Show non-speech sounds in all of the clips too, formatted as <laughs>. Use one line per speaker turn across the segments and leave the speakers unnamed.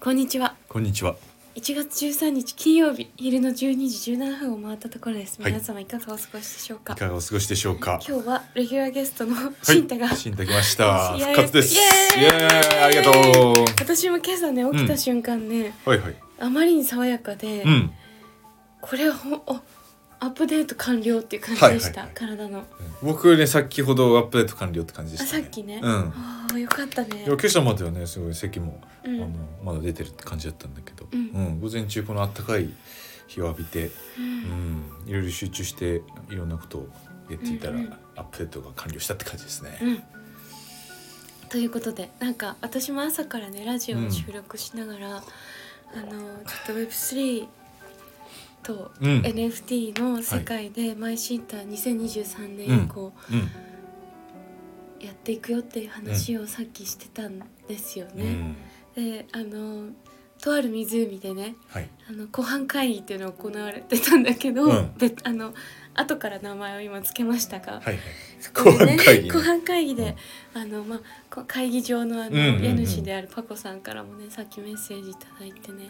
こんにちは。
こんにちは。
1月13日金曜日昼の12時17分を回ったところです。
はい
皆様いかがお過ごしでしょうか。
いかがお過ごしでしょうか。
今日はレギュラーゲストの
はい
新太が、
新太来ました。
<laughs> 試合
復活です。
イエーイ
ありがと
私も今朝ね起きた瞬間ね、
う。はいはい。
あまりに爽やかで、
うん。
これはほんおアップデート完了っていう感
はい
じでした、
はいはい
体の。
僕ね、先ほどアップデート完了って感じで
あ
した、
さ
ね。
っきね。
うん。いや、
ああよかったね。
今朝まではね、すごい席も、
うん
あの、まだ出てるって感じだったんだけど。
うん
午前中この暖かい日を浴びて、うん、いろいろ集中して、いろんなことをやっていたら、
うんうん
アップデートが完了したって感じですね。
うん。ということでなんか私も朝からねラジオを収録しながら、あのちょっと Web3 と
うん。うん。
NFT の世界でマイシンター2023
うん
年以降やっていくよっていう話をさっきしてたんですよ
う
ね。
ん。
であのとある湖でね
はい。
あの後半会議っていうのが行われてたんだけど、
うん
別あの後から名前を今つけましたが、
はいはい。
後半
後半会議ね
後半会議で、あのまあこ会議場のあの、
うんうんうん
家主であるパコさんからもねさっきメッセージいただいてね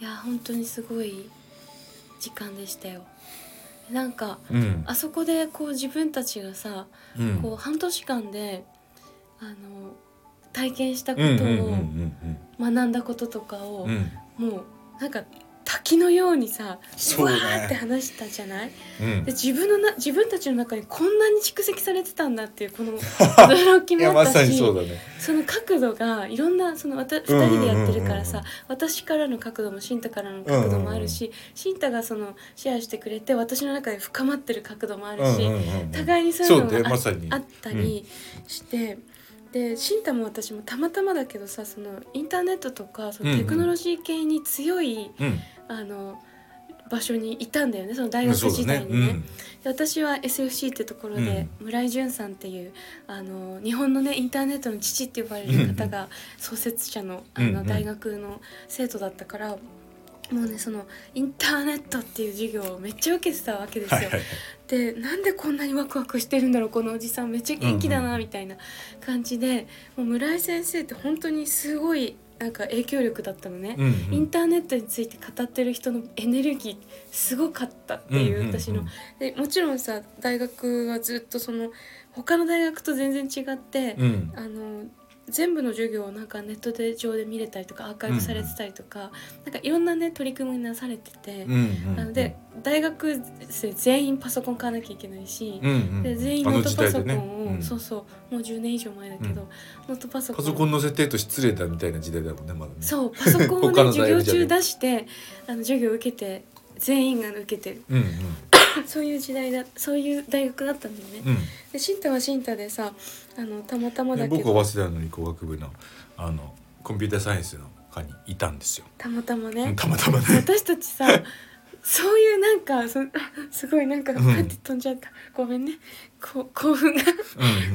いや本当にすごい時間でしたよ。なんか
うん。
あそこでこう自分たちがさ、
うん
こう半年間であの体験したこ
うんうん
と
うん
を学んだこととかを、
うんうん。うん。
もうなんか滝のようにさ、
そう
わ
ね
ーって話したじゃない
うん
で。自分のな自分たちの中にこんなに蓄積されてたんだっていうこ
<laughs>
の驚き
い
も
や
あ
ま
った
さ
し
にそ
そう
だね。
の角度がいろんなそのわた2
うんうんうんうん
人でやってるからさ私からの角度も慎太からの角度もあるし慎太がそのシェアしてくれて私の中で深まってる角度もあるし、互いにそういうの
ね
があ,、
まさに
あったりして。で慎太も私もたまたまだけどさそのインターネットとかそのテクノロジー系に強い、
うん
あの場所にいたんだよねその大
うん
学
そう
時
だ
代
ね
にね。で私は SFC ってところで、村井淳さんっていうあの日本のねインターネットの父って呼ばれる方が創設者のあ
うんう
の
ん
大学の生徒だったから、もうねそのインターネットっていう授業をめっちゃ受けてたわけです
は
よ。
いはいはい
でなんでこんなにワクワクしてるんだろうこのおじさんめっちゃ元気だ
うんう
なんみたいな感じで、もう村井先生って本当にすごいなんか影響力だったのね。
うんう
イン
ん
ターネットについて語ってる人のエネルギーすごかったっていう,、
うんうんうん
私のでもちろんさ大学はずっとその他の大学と全然違って、
うん
あの全部の授業をなんかネットで上で見れたりとかアーカイブされてたりとか、なんかいろんなね取り組みなされてて、
うんうん
なので大学生全員パソコン買わなきゃいけないし、
うんうん
で全員ノートパソコンを、
あの時代でねうん
そうそうもう10年以上前だけど、
うん
ノートパソコ
パ
ン
ソコン載せてると失礼だみたいな時代だもんねまだねう
そうパソコンをね
他の
授
大学
業
じゃね
中出してあの授業受けて全員が受けて <laughs> る
んうん
そういう時代だそういう大学だったんだよね。
うん
で新太は新太でさあのたまたま
で
だけ
僕は
ど
早稲田の理工学部のあのコンピューターサイエンスの科にいたんですよ
たまたま
うん
ね
たまたまね
私たち
<laughs>
さそういうなんかそすごいなんかパッて飛んじゃった、ごめんねこう興奮が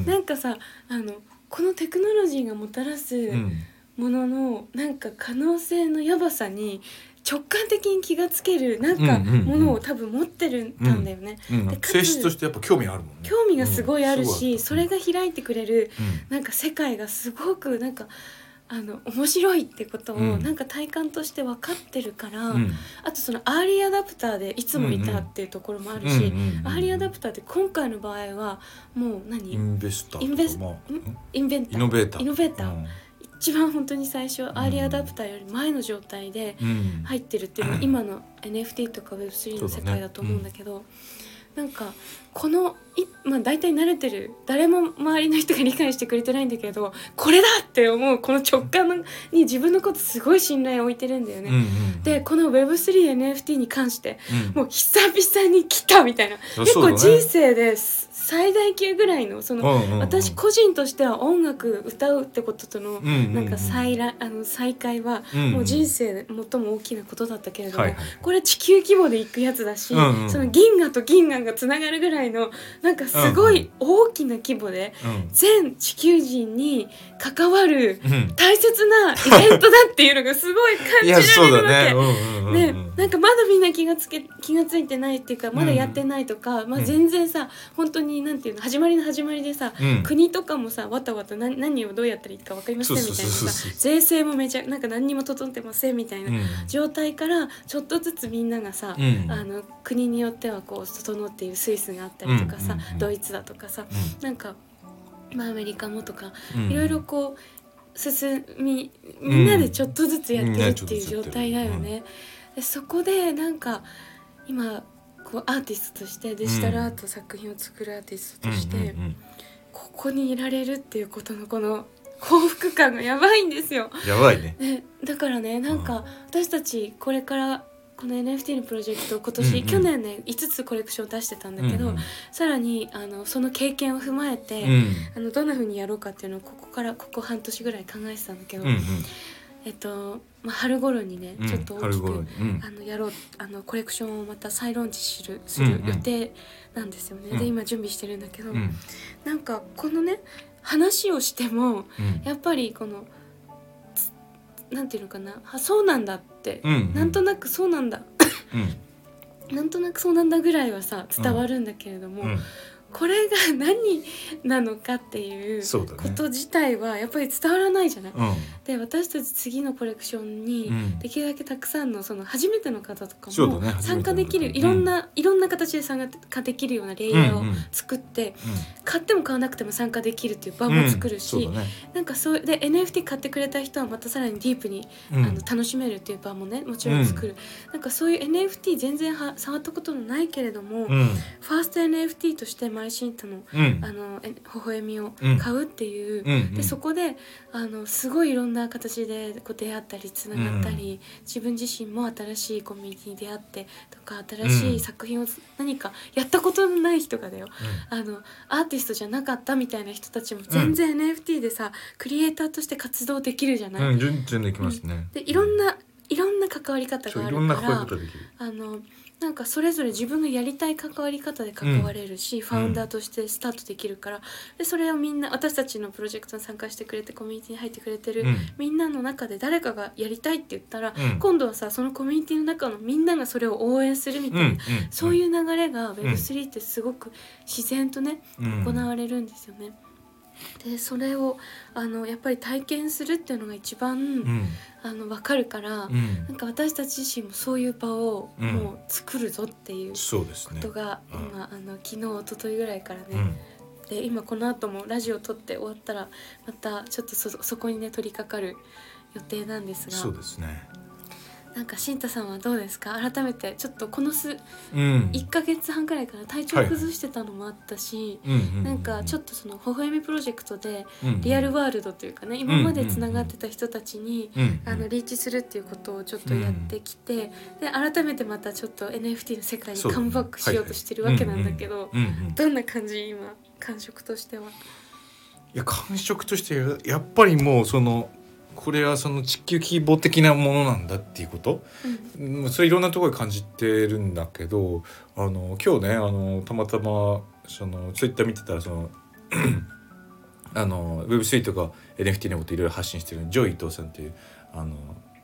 う
<laughs>
ん
なんかさあのこのテクノロジーがもたらす、
うんうん
もののなんか可能性のやばさに直感的に気がつけるなんか
うんうんうん
ものを多分持ってるんだよね、
うん
でかつ
性質としてやっぱ興味あるもんね
興味がすごいあるし、
うん
それが開いてくれる
うん
なんか世界がすごくなんかあの面白いってことを
うん
なんか体感として分かってるから、
うん
あとそのアーリーアダプターでいつもいたっていうところもあるし、
うんうんうん
アーリーアダプターって今回の場合はもう何、
インベスタ
イン
ー
ベ
と
ス
かまあうん
インベンター
イノベーター
イノベーター、
うん
一番本当に最初アーリーアダプターより前の状態で、
うん
入ってるっていうのは今の NFT とか Web3 の世界だと思うんだけどなんかこのい、まあ、大体慣れてる誰も周りの人が理解してくれてないんだけどこれだって思うこの直感のに自分のことすごい信頼を置いてるんだよね。
うんうん
でこの Web3NFT に関して
うん
もう久々に来たみたいな
や
結
そうだ
構
ね
人生です最大級ぐらいのその
うんうんうん
私個人としては音楽歌うってこととの
うんうんうん
なんか再来あの再会は
うんうん
もう人生で最も大きなことだったけれども、
はいはい
これ地球規模で行くやつだし、
うんうん
その銀河と銀河がつながるぐらいのなんかすごい大きな規模で
うん
全地球人に関わる
うん
<laughs> 大切なイベントだっていうのがすごい感
い
じら
や
れ
そう
るわけ。
だねうんうんうんうん
ねなんかまだみんな気がつけ気がついてないっていうかまだやってないとか、まあ、全然さ、本当になんていうの始まりの始まりでさ、
うん
国とかもさわたわた何何をどうやったらいいか分かりませんみたいな
そうそうそうそ
さ
う
税制もめちゃなんか何にも整ってませんみたいな
うん
状態からちょっとずつみんながさ、
うん
あの国によってはこう整っているスイスがあったりとかさ、
うんうんうん
ドイツだとかさ
う
なんか、まあ、アメリカもとか
ん
いろいろこう進みみんなでちょっとずつやってるっていう状態だよ
うんみんなでちょっとずつやって
ね。でそこでなんか今こうアーティストとしてデジタルアート作品を作るアーティストとして、
うんうんうん
ここにいられるっていうことのこの幸福感がやばいんですよ。
やばいね
ね、だからねなんか私たちこれからこの NFT のプロジェクトを今
うん
年、
うん
去年ね5つコレクション出してたんだけど、
うんうん
さらにあのその経験を踏まえて、
うん
あのどんな風にやろうかっていうのをここからここ半年ぐらい考えてたんだけど、
うん
えっと、まあ、春頃にね
うん
ちょっと大
春
きく、
頃にうん
あのやろうあのコレクションをまた再ローンチするする
うんうん
予定なんですよね。
うん
で今準備してるんだけど、
うん
なんかこのね話をしても
うん
やっぱりこのつなんていうのかなあそうなんだって、
うん
なんとなくそうなんだ
うん
なんとなくそうなんだぐらいはさ伝わるんだけれども、
うん
これが何なのかっていう
そ
こ
うだね
と自体はやっぱり伝わらないじゃない、
うん
で私たち次のコレクションに
うん
できるだけたくさんのその初めての方とか
そうだね初めての
も
方
参加できる、
うん
いろんな、いろんな形で参加できるようなレイヤーを作って、買っても買わなくても参加できるっていう場
うん
も作るし、
そうだね
なんかそうで NFT 買ってくれた人はまたさらにディープに、
うん
あの楽しめるっていう場もねもちろん作る、なんかそういう NFT 全然は触ったことのないけれども、
うん
ファースト NFT としてマイシンタの
うん
あのえ微笑みを
うん
買うっていう、
うんうん
でそこであのすごいいろんな形でこう出会ったりつながったり、自分自身も新しいコミュニティに出会ってとか新しい作品をつ何かやったことのない人がだよあのアーティストじゃなかったみたいな人たちも全然 NFT でさ、クリエイターとして活動できるじゃない。
うん順々できますね
でいろんないろんな関わり方
そ
があ
うい
る
ろんな
から
声ができる
あのなんかそれぞれ自分がやりたい関わり方で関われるし、ファウンダーとしてスタートできるから、でそれをみんな私たちのプロジェクトに参加してくれてコミュニティに入ってくれてる、
うん
みんなの中で誰かがやりたいって言ったら、
うん
今度はさそのコミュニティの中のみんながそれを応援するみたいな、そういう流れが Web3 ってすごく自然とね、
うん
行われるんですよね。でそれをあのやっぱり体験するっていうのが一番、
うん
あの分かるから、
うん
なんか私たち自身もそういう場を
うん
もう作るぞっていうこ
そうですね
とが
うん
今、あの昨日一昨日ぐらいからね、
うん
で今この後もラジオ撮って終わったらまたちょっとそそこにね取り掛かる予定なんです
そう
が
ですね
なんか新太さんはどうですか改めてちょっとこのす
うん
1ヶ月半くらいから体調崩してたのもあったし、なんかちょっ
と
とその微笑みプロジェクトでリアルワールドというかね今までつながってた人たちにあのリーチするっていうことをちょっとやってきて、で改めてまたちょっと NFT の世界にカムバックしようとしてるわけなんだけど、
うんうんうん
どんな感じ今感触としては。
いや感触としてややっぱりもうそのこれはその地球規模的なものなんだっていうこと
うん
うんそれいろんなところで感じてるんだけどあの今日ねあのたまたまそのツイッター見てたらそのあの Web3 とか NFT のこといろいろ発信してるジョイ伊藤さんっていうあの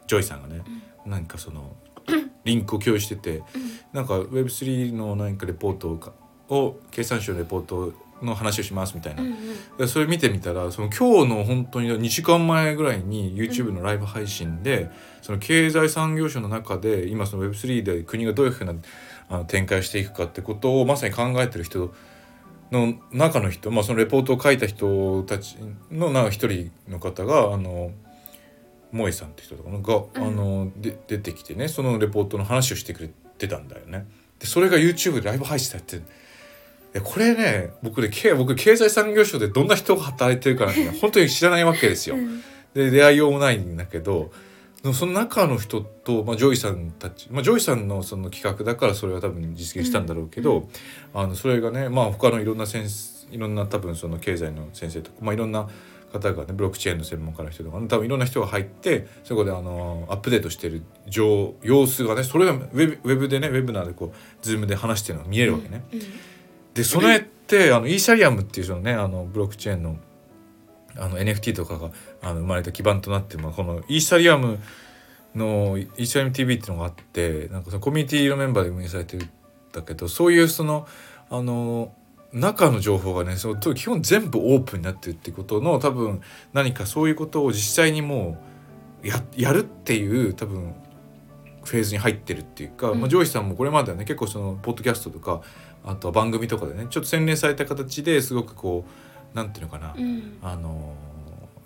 ジョイさんがね、なんかそのリンクを共有してて、なんか Web3 の何かレポートをかを経産省のレポートの話をしますみたいな
うんうん
でそれ見てみたらその今日の本当に2時間前ぐらいに YouTube のライブ配信で、その経済産業省の中で今その Web3 で国がどういうふうなあの展開していくかってことをまさに考えてる人の中の人、まあ、そのレポートを書いた人たちのな一人の方があの萌えさんって人とかのが、
うん
あので出てきてねそのレポートの話をしてくれてたんだよね。でそれが YouTube でライブ配信されてるいやこれね僕ねけ僕経済産業省でどんな人が働いてるかなん <laughs> てね本当に知らないわけですよ。
うん
で出会いようもないんだけどでもその中の人と、まあ、ジョイさんたち、まあ、ジョイさんのその企画だからそれは多分実現したんだろうけど、あのそれがね、まあ、他のいろんな先生いろんな多分その経済の先生とか、まあ、いろんな方がねブロックチェーンの専門家の人とか、ね、多分いろんな人が入ってそこであのアップデートしてる状様子がねそれがウェブウェブでねウェブナーでこうズームで話してるのが見えるわけね。
うん
でそれってあのイーサリアムっていうそのねあのブロックチェーンのあの NFT とかがあの生まれた基盤となってる、まあ、このイーサリアムの HIMTV っていうのがあってなんかそのコミュニティのメンバーで運営されてるんだけどそういうそのあの中の情報がねその基本全部オープンになってるってことの多分何かそういうことを実際にもうややるっていう多分フェーズに入ってるっていうか、
うん
まあ、上司さんもこれまではね結構そのポッドキャストとかあとは番組とかでねちょっと洗練された形ですごくこうなんていうのかな、
うん
あの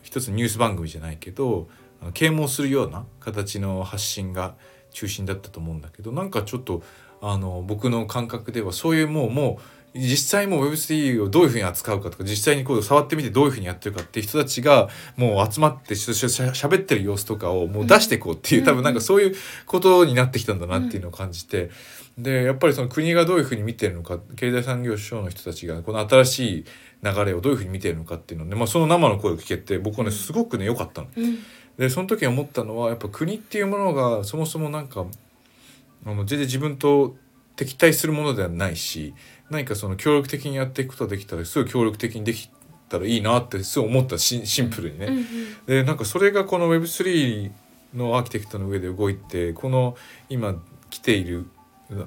一つのニュース番組じゃないけどあの啓蒙するような形の発信が中心だったと思うんだけどなんかちょっとあの僕の感覚ではそういうもうもう実際もう Web3 をどういうふうに扱うかとか実際にこう触ってみてどういうふうにやってるかっていう人たちがもう集まってししゃしゃべってる様子とかをもう出していこうっていう、
うん
多分なんかそういうことになってきたんだなっていうのを感じて、でやっぱりその国がどういうふうに見てるのか経済産業省の人たちがこの新しい流れをどういうふうに見てるのかっていうので、まあ、その生の声を聞けて僕はねすごくね良かったの。
うん
でその時思ったのはやっぱ国っていうものがそもそもなんかあの全然自分と敵対するものではないし何かその協力的にやっていくことができたらすごい協力的にできたらいいなってすごい思ったしシンプルにね。
うん
でなんかそれがこの Web3 のアーキテクトの上で動いてこの今来ている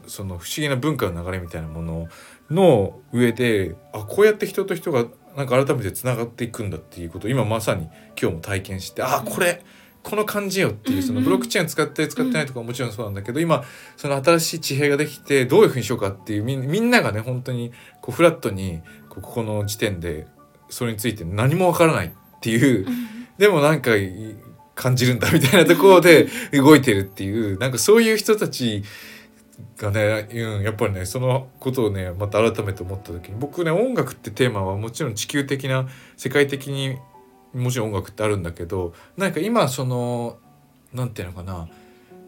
その不思議な文化の流れみたいなものの上であこうやって人と人がなんか改めてつながっていくんだっていうことを今まさに今日も体験してあこれこの感じよっていうそのブロックチェーン使って使ってないとかもちろんそうなんだけど今その新しい地平ができてどういうふうにしようかっていうみんみんながね本当にこうフラットにこうここの時点でそれについて何もわからないっていうでもなんかい感じるんだみたいなところ <laughs> で動いてるっていうなんかそういう人たちがね、うん、やっぱりねそのことをねまた改めて思った時に僕ね音楽ってテーマはもちろん地球的な世界的にもちろん音楽ってあるんだけどなんか今そのなんていうのかな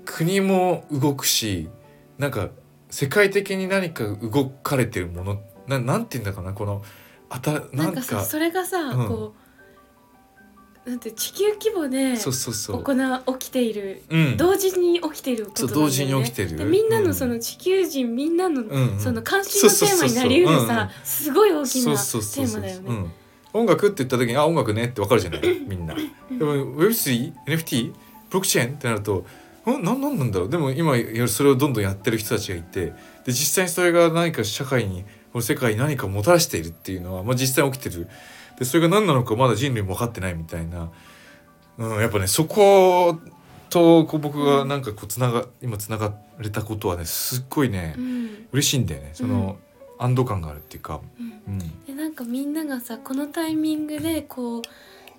国も動くしなんか世界的に何か動かれてるものななんていうんだかなこのあた
な
なんん
か
か
さそれがさ、
うん
こうなんて地球規模で
そうそうそう。
行う起きている
うん
同時に起きていることなんだよ、ね、
そう同時に起きてる
でみんな
う
の
ん
その地球人みんなの、
うんうん
その関心のテーマになりうるさすごい大きなテ
そうそうそう
ー
そ
マ
う
だよ
う
ね。
ん、音楽って言った時にあ音楽ねってわかるじ
<laughs>
ゃないみんな。でも Web3NFT ブロックチェーンってなるとんなんなんなんだろうでも今それをどんどんやってる人たちがいてで実際にそれが何か社会にこの世界に何かをもたらしているっていうのは、まあ、実際起きてるでそれが何なのかまだ人類も分かってないみたいな、うん、やっぱねそことこう僕がなんかこうつなが今つながれたことはねすっごいね、
うん
嬉しいんだよねその安堵感があるっていうか。
うん
うん
でなんかみんながさこのタイミングでこう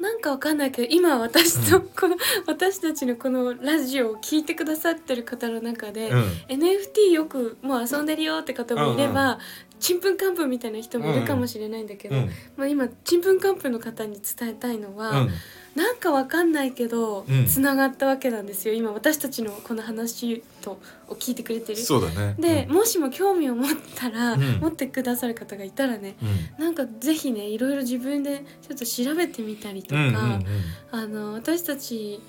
なんかわかんないけど今私と
うん
この、私たちのこのラジオを聞いてくださってる方の中で、
うん
NFT よくもう遊んでるよって方もいれ
うん
ば、ちんぷんかんぷんみたいな人もいるかもしれないんだけど、
うん
まあ、今ちんぷんかんぷんの方に伝えたいのは、
うん
なんかわかんないけど
うん
つながったわけなんですよ今私たちのこの話とを聞いてくれてる。
そうだね。
で、もしも興味を持ったら、
うん
持ってくださる方がいたらね
うん、
なんかぜひねいろいろ自分でちょっと調べてみたりと
う
か、
ん、うん、うん、
あの私たち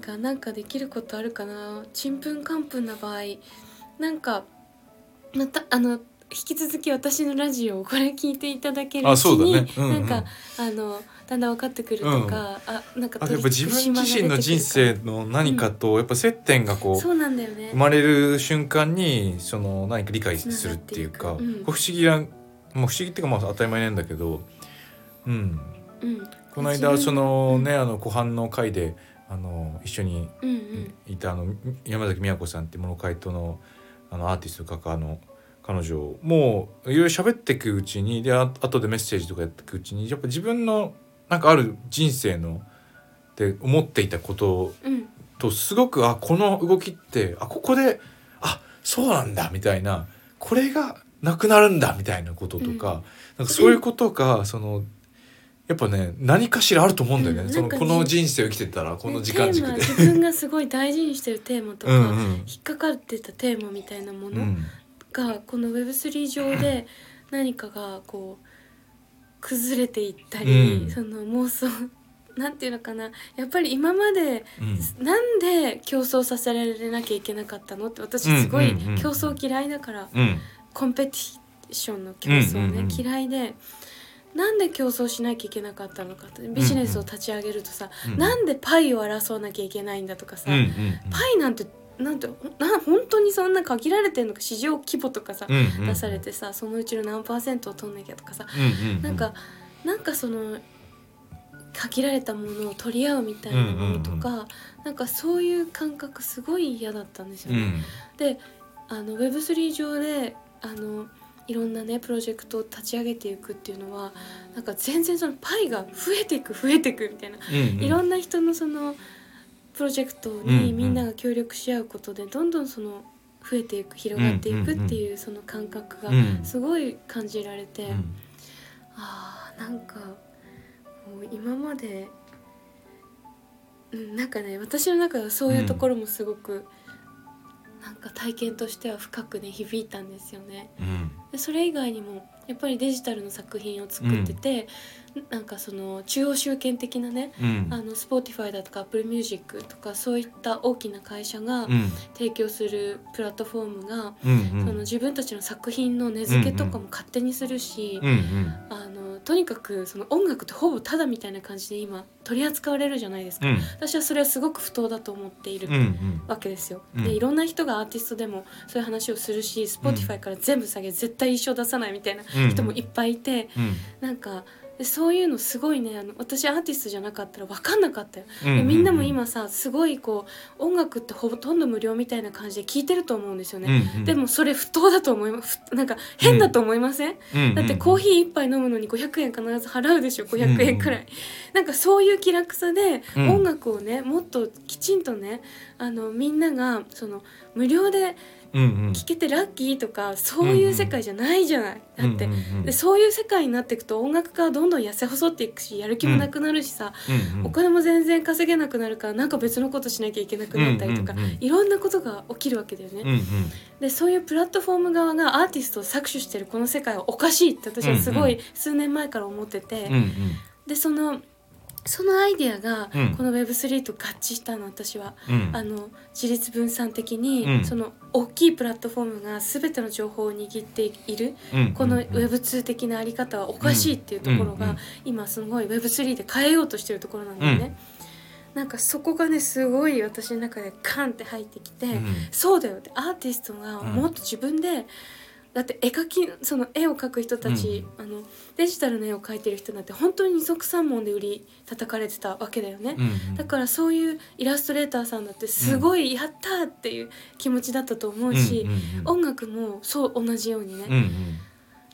がなんかできることあるかなちんぷんかんぷんな場合なんかまたあの引き続き私のラジオをこれ聞いていただけるう
あ
ち
そうだ
に、
ねうんうん
なんかあのだんだん分かってくるとか、
うん
あなんか
あとやっぱ自分自身の人生の何かとやっぱ接点がこう
そうなんだよね
生まれる瞬間にその何か理解するっていうか、
うん
こう不思議な、まあ、不思議っていうかまあ当たり前なんだけど、うん、
うん
この間
自
そ
分
のねあの湖畔の会であの一緒に
うんうん
いたあの山崎美也子さんっていうモノカイトのあのアーティスト画家の彼女もいろいろ喋っていくうちにであ後でメッセージとかやっていくうちにやっぱ自分のなんかある人生ので思っていたこと
うん
とすごくあこの動きってあここであそうなんだみたいなこれがなくなるんだみたいなこととか,、
うん
なんかそういうことがそのやっぱね何かしらあると思うんだよね、
うん
そ
な
の
んか
この人生を生きてたらこの時間軸
テーマ
で。
自分がすごい大事にしてるテーマとか
うんうん
引っかかってたテーマみたいなも
う
の、
ん
がこの Web3 上
<laughs>
で何かがこう崩れていったり、
うん
その妄想 <laughs> なんていうのかなやっぱり今まで
うん
なんで競争させられなきゃいけなかったのって私すごい
うんうんうんうん
競争嫌いだから
うん
コンペティションの競争ね、
うんうんうん
嫌いでなんで競争しなきゃいけなかったのかってビジネスを立ち上げるとさ、
うん
なんでパイを争わなきゃいけないんだとかさ、
うんうん
パイなんてなんてほな本当にそんな限られてんのか市場規模とかさ、
うんうんうん
出されてさそのうちの何パーセントを取んなきゃとかさ、
うんうんうん
なんかなんかその限られたものを取り合うみたいなものとか、なんかそういう感覚すごい嫌だったんです
う
よね。
ん
であの Web3 上であのいろんなねプロジェクトを立ち上げていくっていうのはなんか全然そのパイが増えていく増えていくみたいな、
うん
いろんな人のそのプロジェクト
うんう
に
ん
みんなが協力し合うことでどんどんその増えていく広がっていくっていうその感覚が
うん
すごい感じられて、
うん
あーなんかもう今までうんなんかね私の中ではそういうところもすごく、なんか体験としては深くね響いたんですよね。
うん
でそれ以外にもやっぱりデジタルの作品を作ってて、なんかその中央集権的なね
うん
あの Spotify だとか Apple Music とかそういった大きな会社が
うん
提供するプラットフォームが、
うんうん
その自分たちの作品の根付けとかも勝手にするし、
うんうん
あのとにかくその音楽ってほぼただみたいな感じで今取り扱われるじゃないですか、
うん
私はそれはすごく不当だと思っている
うんうん
わけですよ、
うん
でいろんな人がアーティストでもそういう話をするし Spotify から全部下げ絶対一生出さないみたいな
うん
人もいっぱいいて、
うん
なんかでそういうのすごいねあの私アーティストじゃなかったら分かんなかったよ、
う
で
う
みんなも今さすごいこう音楽ってほとんど無料みたいな感じで聞いてると思うんですよね、
うんうん
でもそれ不当だと思いますなんか変だと思いませんだってコーヒー一杯飲むのに500円必ず払うでしょ500円くらい、なんかそういう気楽さで
うん
音楽をねもっときちんとねあのみんながその無料で
うんうん
聴けてラッキーとかそういう世界じゃないじゃない、
うんうん
だって、
うんうん
でそういう世界になっていくと音楽家はどんどん痩せ細っていくしやる気もなくなるしさ、
うんうん
お金も全然稼げなくなるからなんか別のことしなきゃいけなくなったりとか、
うんうんうん
いろんなことが起きるわけだよね。
うんうん
でそういうプラットフォーム側がアーティストを搾取してるこの世界はおかしいって私はすご
うん
い数年前から思ってて、
うんうん
でそのそのアイディアが
うん
この Web3 と合致したの私は、
うん
あの自立分散的に、
うん
その大きいプラットフォームが全ての情報を握っている
うん
この
うんうん
Web2 的なあり方はおかしいっていうところ
うんう
が
ん
今すごい Web3 で変えようとしてるところなんだよね。なんかそこがねすごい私の中でカンって入ってきて、
うん
そうだよってアーティストが
うん
もっと自分で、だって絵描きその絵を描く人たち、あのデジタルの絵を描いてる人なんて本当に二足三門で売り叩かれてたわけだよね、
うんうん
だからそういうイラストレーターさんだってすごいやったーっていう気持ちだったと思うし、
うんうんう
音
ん
楽もそう同じようにね、
うんうん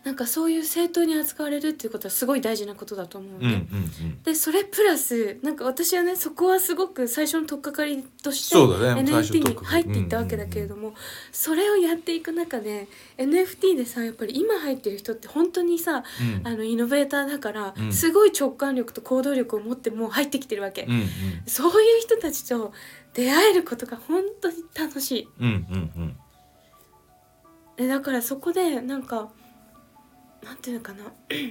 なんかそういう正当に扱われるっていうことはすごい大事なことだと思うの
うんう
ね。
んうん
でそれプラスなんか私はねそこはすごく最初の取っかかりとして
そうだね
NFT
最初取っ
に
かかり
入っていったわけだけれども、それをやっていく中で NFT でさやっぱり今入ってる人って本当にさ
うん
あのイノベーターだから、
うん
すごい直感力と行動力を持ってもう入ってきてるわけ、
うんうん
そういう人たちと出会えることが本当に楽しい
うんうんうん
えだからそこでなんかなんていうのかな <clears throat>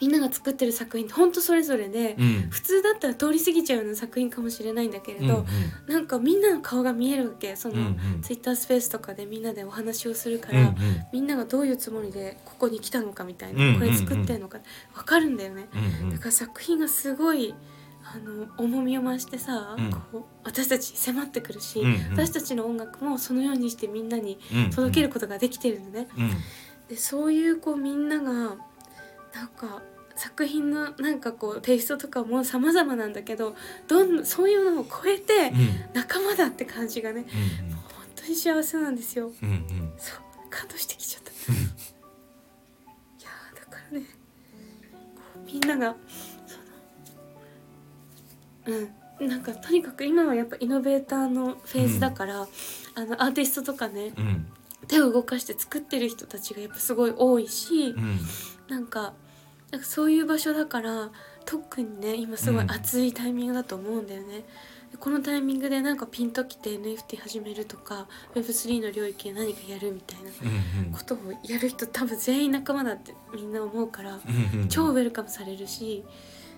みんなが作ってる作品って本当それぞれで、
うん
普通だったら通り過ぎちゃうような作品かもしれないんだけれど、
う
なんかみんなの顔が見えるわけその、
んうんうんうん
ツイッタースペースとかでみんなでお話をするか
うん
ら、
うん
みんながどういうつもりでここに来たのかみたいな、
うん
これ作ってんのかわかるんだよね、
うんうん
だから作品がすごいあの重みを増してさ、
うん
こう私たちに迫ってくるし、
うんうん
私たちの音楽もそのようにしてみんなに
うんうん
届けることができてるのね。
うん
でそういうこうみんながなんか作品のなんかこうテイストとかも様々なんだけどどんそういうのを超えて
うん
仲間だって感じがね
うん
本当に幸せなんですよ
うんうん
そう感動してきちゃったいやーだからねこうみんながそのうんなんかとにかく今はやっぱイノベーターのフェーズだから、あのアーティストとかね
うん
手を動かして作ってる人たちがやっぱすごい多いし、
うん
なんかなんかそういう場所だから特にね今すごい熱いタイミングだと思うんだよね。でこのタイミングでなんかピンときて NFT 始めるとか Web3 の領域で何かやるみたいな
うんうん
ことをやる人多分全員仲間だってみんな思うから
うんうん
超ウェルカムされるし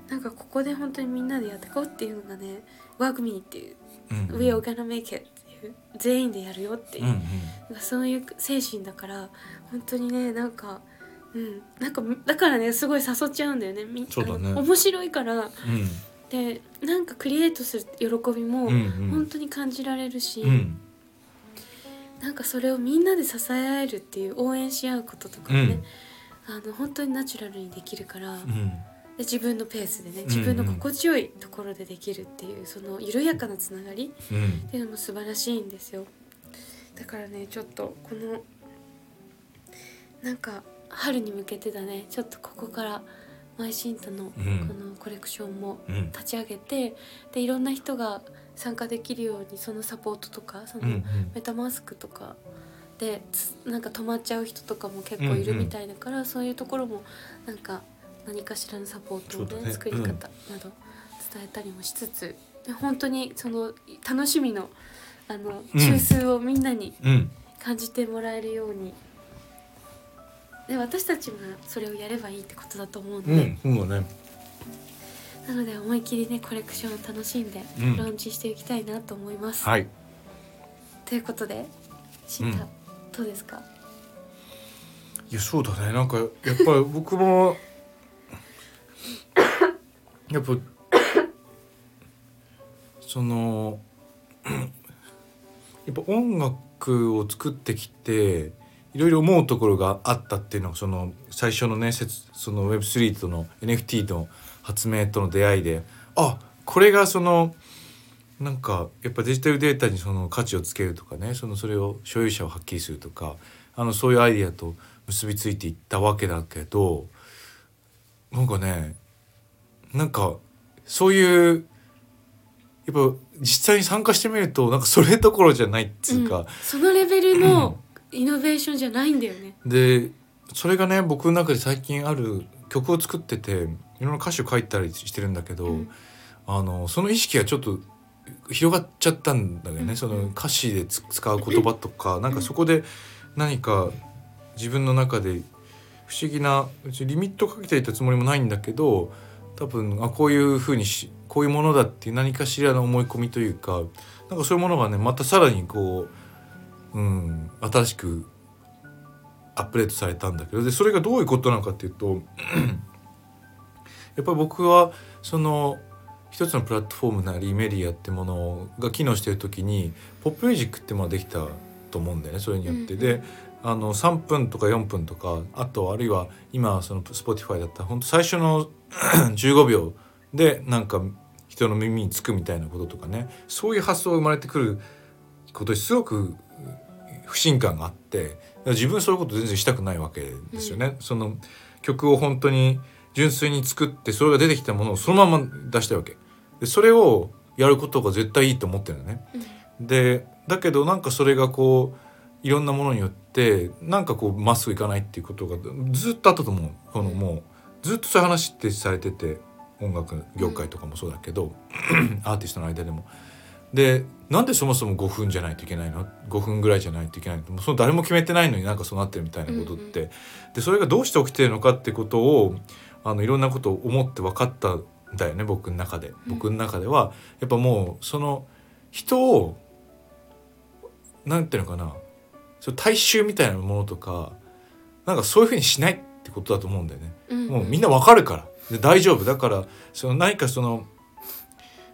なんかここで本当にみんなでやっていこうっていうのがね「ワグミー」っていう
う
「
ん
We are gonna make it」っていう全員でやるよっていう
うんうん
なんかそういう精神だから本当にねなんかうん、なんかだからねすごい誘っちゃうんだよねみ
そうだね
あの面白いから
うん
でなんかクリエイトする喜びも
うん
本当に感じられるし、
うんうん
なんかそれをみんなで支え合えるっていう応援し合うこととか
う
も
ん
ね、あの本当にナチュラルにできるから、
う
で
ん
自分のペースでね
ん
自分の心地よいところでできるっていうその緩やかなつながり
うん
っていうのも素晴らしいんですよだからねちょっとこのなんか春に向けてだねちょっとここからマイシンタのこ
うん
のコレクションも
うん
立ち上げてでいろんな人が参加できるようにそのサポートとかその、
うん
メタマスクとかでつなんか止まっちゃう人とかも結構いるみたいだから、そういうところもなんか何かしらのサポートを
そう
ね
だね
作り方など伝えたりもしつつ、で本当にその楽しみのあの
うん
中枢をみんなに
うん
感じてもらえるように、で私たちがそれをやればいいってことだと思うので、
うんそうだね
なので思いっきりねコレクションを楽しんで
うん
ローンチしていきたいなと思います。
はい
ということでシンタ、
うん
どうですか
いやそうだねなんかやっぱり <laughs> 僕もやっぱそのやっぱ音楽を作ってきていろいろ思うところがあったっていうのはその最初のねせつその Web3 との NFT の発明との出会いであこれがそのなんかやっぱデジタルデータにその価値をつけるとかねそのそれを所有者をはっきりするとかあのそういうアイディアと結びついていったわけだけどなんかねなんかそういうやっぱ実際に参加してみるとなんかそれどころじゃないっていうか、
ん、そのレベルのイノベーションじゃないんだよね。
でそれがね僕の中で最近ある曲を作ってていろんな歌詞を書いたりしてるんだけど、
うん
あのその意識がちょっと広がっちゃったんだよね、
うん
その歌詞でつ使う言葉とか、なんかそこで何か自分の中で不思議な別にリミットをかけていたつもりもないんだけど多分あこういうふうにしこういうものだっていう何かしらの思い込みというかなんかそういうものがねまたさらにこう、うん、新しくアップデートされたんだけどでそれがどういうことなのかっていうと <clears throat> やっぱり僕はその一つのプラットフォームなりメディアってものが機能してる時にポップミュージックってものができたと思うんだよねそれによって。
うん
であの3分とか4分とかあとあるいは今その Spotify だったら本当最初の <clears throat> 15秒でなんか人の耳につくみたいなこととかねそういう発想が生まれてくることにすごく不信感があって自分はそういうこと全然したくないわけですよね。その曲を本当に純粋に作ってそれが出てきたものをそのまま出したいわけでそれをやることが絶対いいと思ってるのね。でだけどなんかそれがこういろんなものによってなんかこうまっすぐいかないっていうことがずっとあったと思うこのもうずっとそういう話ってされてて音楽業界とかもそうだけど、 <clears throat> アーティストの間でも。でなんでそもそも5分じゃないといけないの5分ぐらいじゃないといけないのもうその誰も決めてないのになんかそうなってるみたいなことって、
う
でそれがどうして起きてるのかってことをあのいろんなことを思って分かったんだよね僕の中で僕の中ではやっぱもうその人をなんていうのかなその大衆みたいなものとかなんかそういうふうにしないってことだと思うんだよね。もうみん
な
なわかるからで大丈夫だからその何かその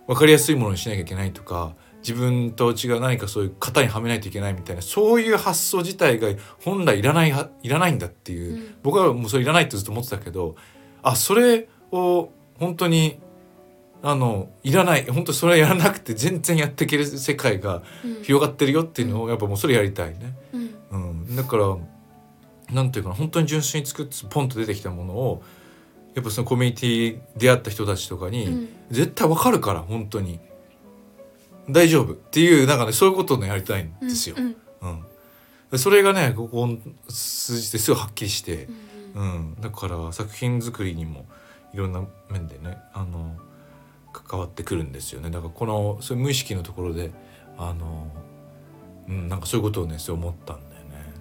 分かりやすいものにしなきゃいけないとか自分と違う何かそういう型にはめないといけないみたいなそういう発想自体が本来いらないはいらないんだっていう、
うん
僕はもうそれいらないってずっと思ってたけどあそれを本当にあのいらない本当それやらなくて全然やっていける世界が広がってるよっていうのをやっぱもうそれやりたいね。
うんうん
うん、だからなんていうかな本当に純粋に作ってポンと出てきたものをやっぱそのコミュニティ出会った人たちとかに、
うん
絶対わかるから本当に大丈夫っていうなんかねそういうことをねやりたいんですよ
う。ん
うんそれがねここ数日ですごいはっきりして、
うんう
うんん、だから作品作りにもいろんな面でねあの関わってくるんですよねだからこのそういう無意識のところであの、うん、なんかそういうことをねそう思ったんだよね。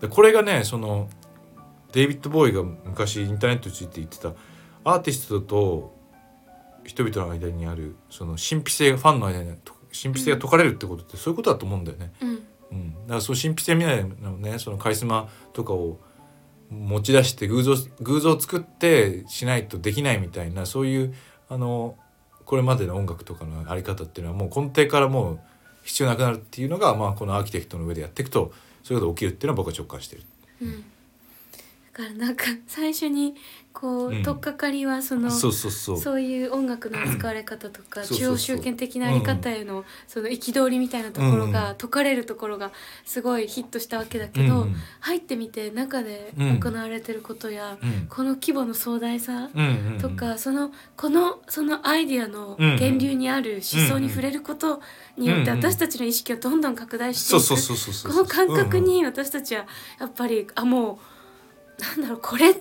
でこれがねそのデイビッド・ボーイが昔インターネットについて言ってたアーティストと人々の間にあるその神秘性がファンの間に神秘性が解かれるってことってそういうことだと思うんだよね。
うん
うん、だからそう神秘性みたいなのねそのカリスマとかを持ち出して偶像偶像を作ってしないとできないみたいなそういうあのこれまでの音楽とかのあり方っていうのはもう根底からもう必要なくなるっていうのが、まあ、このアーキテクトの上でやっていくとそういうことが起きるっていうのは僕は直感してる。
うんだからなんか最初にこう、
うん
取っかかりはその
そ
そうう
そうそう
いう音楽の使われ方とか
そうそうそう
中央集権的なあり方へのその憤りみたいなところ
うんう
が解かれるところがすごいヒットしたわけだけど、
うん
入ってみて中で
うん
行われてることや、
うん
この規模の壮大さ
うんうんうん
とか、そのこのそのアイディアの
うんうん
源流にある思想
うんうん
に触れることによっ
うん
て
うん
私たちの意識をどんどん拡大して
そうそう
いく
そうそうそう
この感覚、に私たちはやっぱりあもうなんだろうこれ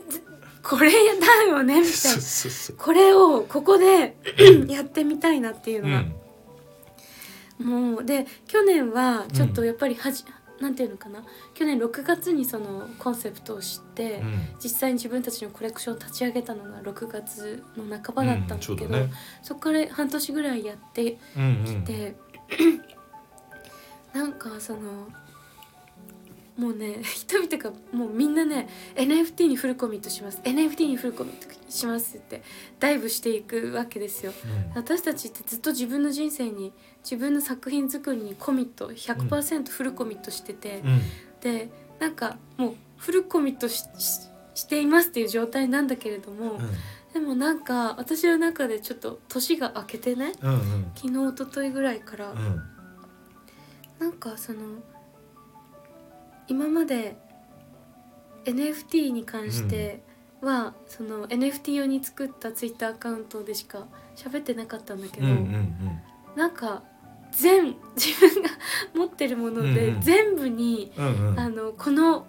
これだよねみた
うん
い
そう
な
そうそう
これをここでやってみたいなっていう
う
のが、
ん
もうで去年はちょっとやっぱりはじ、なんていうのかな去年6月にそのコンセプトを知って、
うん
実際に自分たちのコレクションを立ち上げたのが6月の半ばだったんだけど、
うんそう
そ
だね
こから半年ぐらいやって <clears throat>
うんうん
でなんかそのもうね <laughs> 人々がもうみんなね NFT にフルコミットします NFT にフルコミットしますってダイブしていくわけですよ。私たちってずっと自分の人生に自分の作品作りにコミット100%フルコミットしてて、
うん
でなんかもうフルコミットしししていますっていう状態なんだけれども、でもなんか私の中でちょっと年が明けてね
うんうん
昨日一昨日ぐらいから、
うんうん
なんかその今まで NFT に関しては、その NFT 用に作ったツイッターアカウントでしか喋ってなかったんだけ
う
ど、
んうん
なんか全自分が <laughs> 持ってるもの
う
で
んうん
全部に
うんうん
あのこの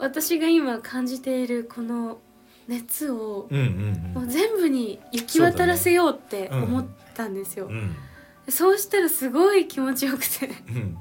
私が今感じているこの熱を
うんう
もうん全部に行き渡らせようって
そうだね
思ったんですよ。そう,、
うん
したらすごい気持ちよくて <laughs>
うん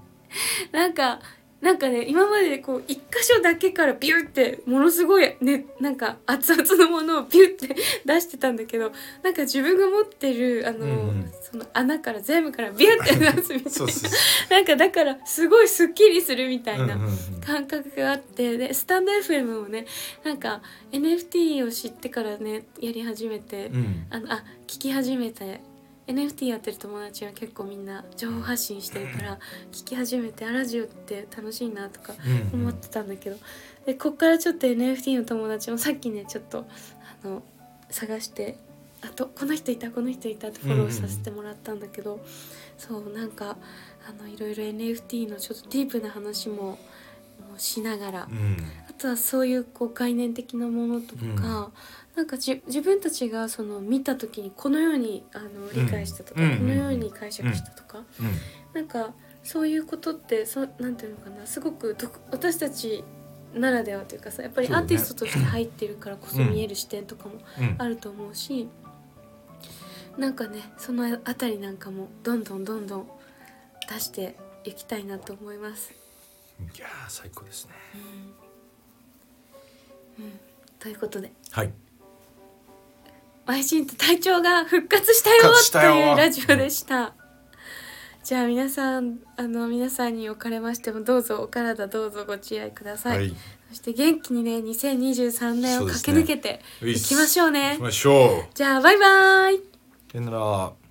なんかなんかね今までこう一箇所だけからビューってものすごいねなんか熱々のものをビューって <laughs> 出してたんだけどなんか自分が持ってるあの、
うんうん
その穴から全部からビューって出すみたいな
そうそうそ
なんかだからすごいすっきりするみた
う
い
うん
な。
うんうん
感覚があってでスタンド FM もねなんか NFT を知ってからねやり始めて、
うん
あのあ聞き始めて NFT やってる友達は結構みんな情報発信してるから聞き始めてあラジオって楽しいなとか
うん
思ってたんだけどでこっからちょっと NFT の友達もさっきねちょっとあの探してあとこの人いたこの人いたってフォローさせてもらったんだけど、そうなんかあのいろいろ NFT のちょっとディープな話ももうしながら、
うん
あとはそういうこう概念的なものとか、
うん
なんかじ自分たちがその見た時にこのようにあの理解したとか、
うん
このように解釈したとか、
うん
なんかそういうことってそなんていうのかなすごく独私たちならではというかさやっぱり
そうだ
ア
ね
ーティストとして入ってるからこそ
うん
見える視点とかも
うん
あると思うし、なんかねそのあたりなんかもどんどんどんどん出していきたいなと思います。
いやー最高ですね
うんうんということで
はい
「マイシンと隊長が復活したよ!」
復活したよ
というラジオでした。じゃあ皆さんあの皆さんにおかれましてもどうぞお体どうぞご自愛ください、
はい
そして元気にね2023年を
そう
駆
です
け
ね
抜けて
うい
い
っす
きましょうね
行きましょう
じゃあバイバイ
さよなら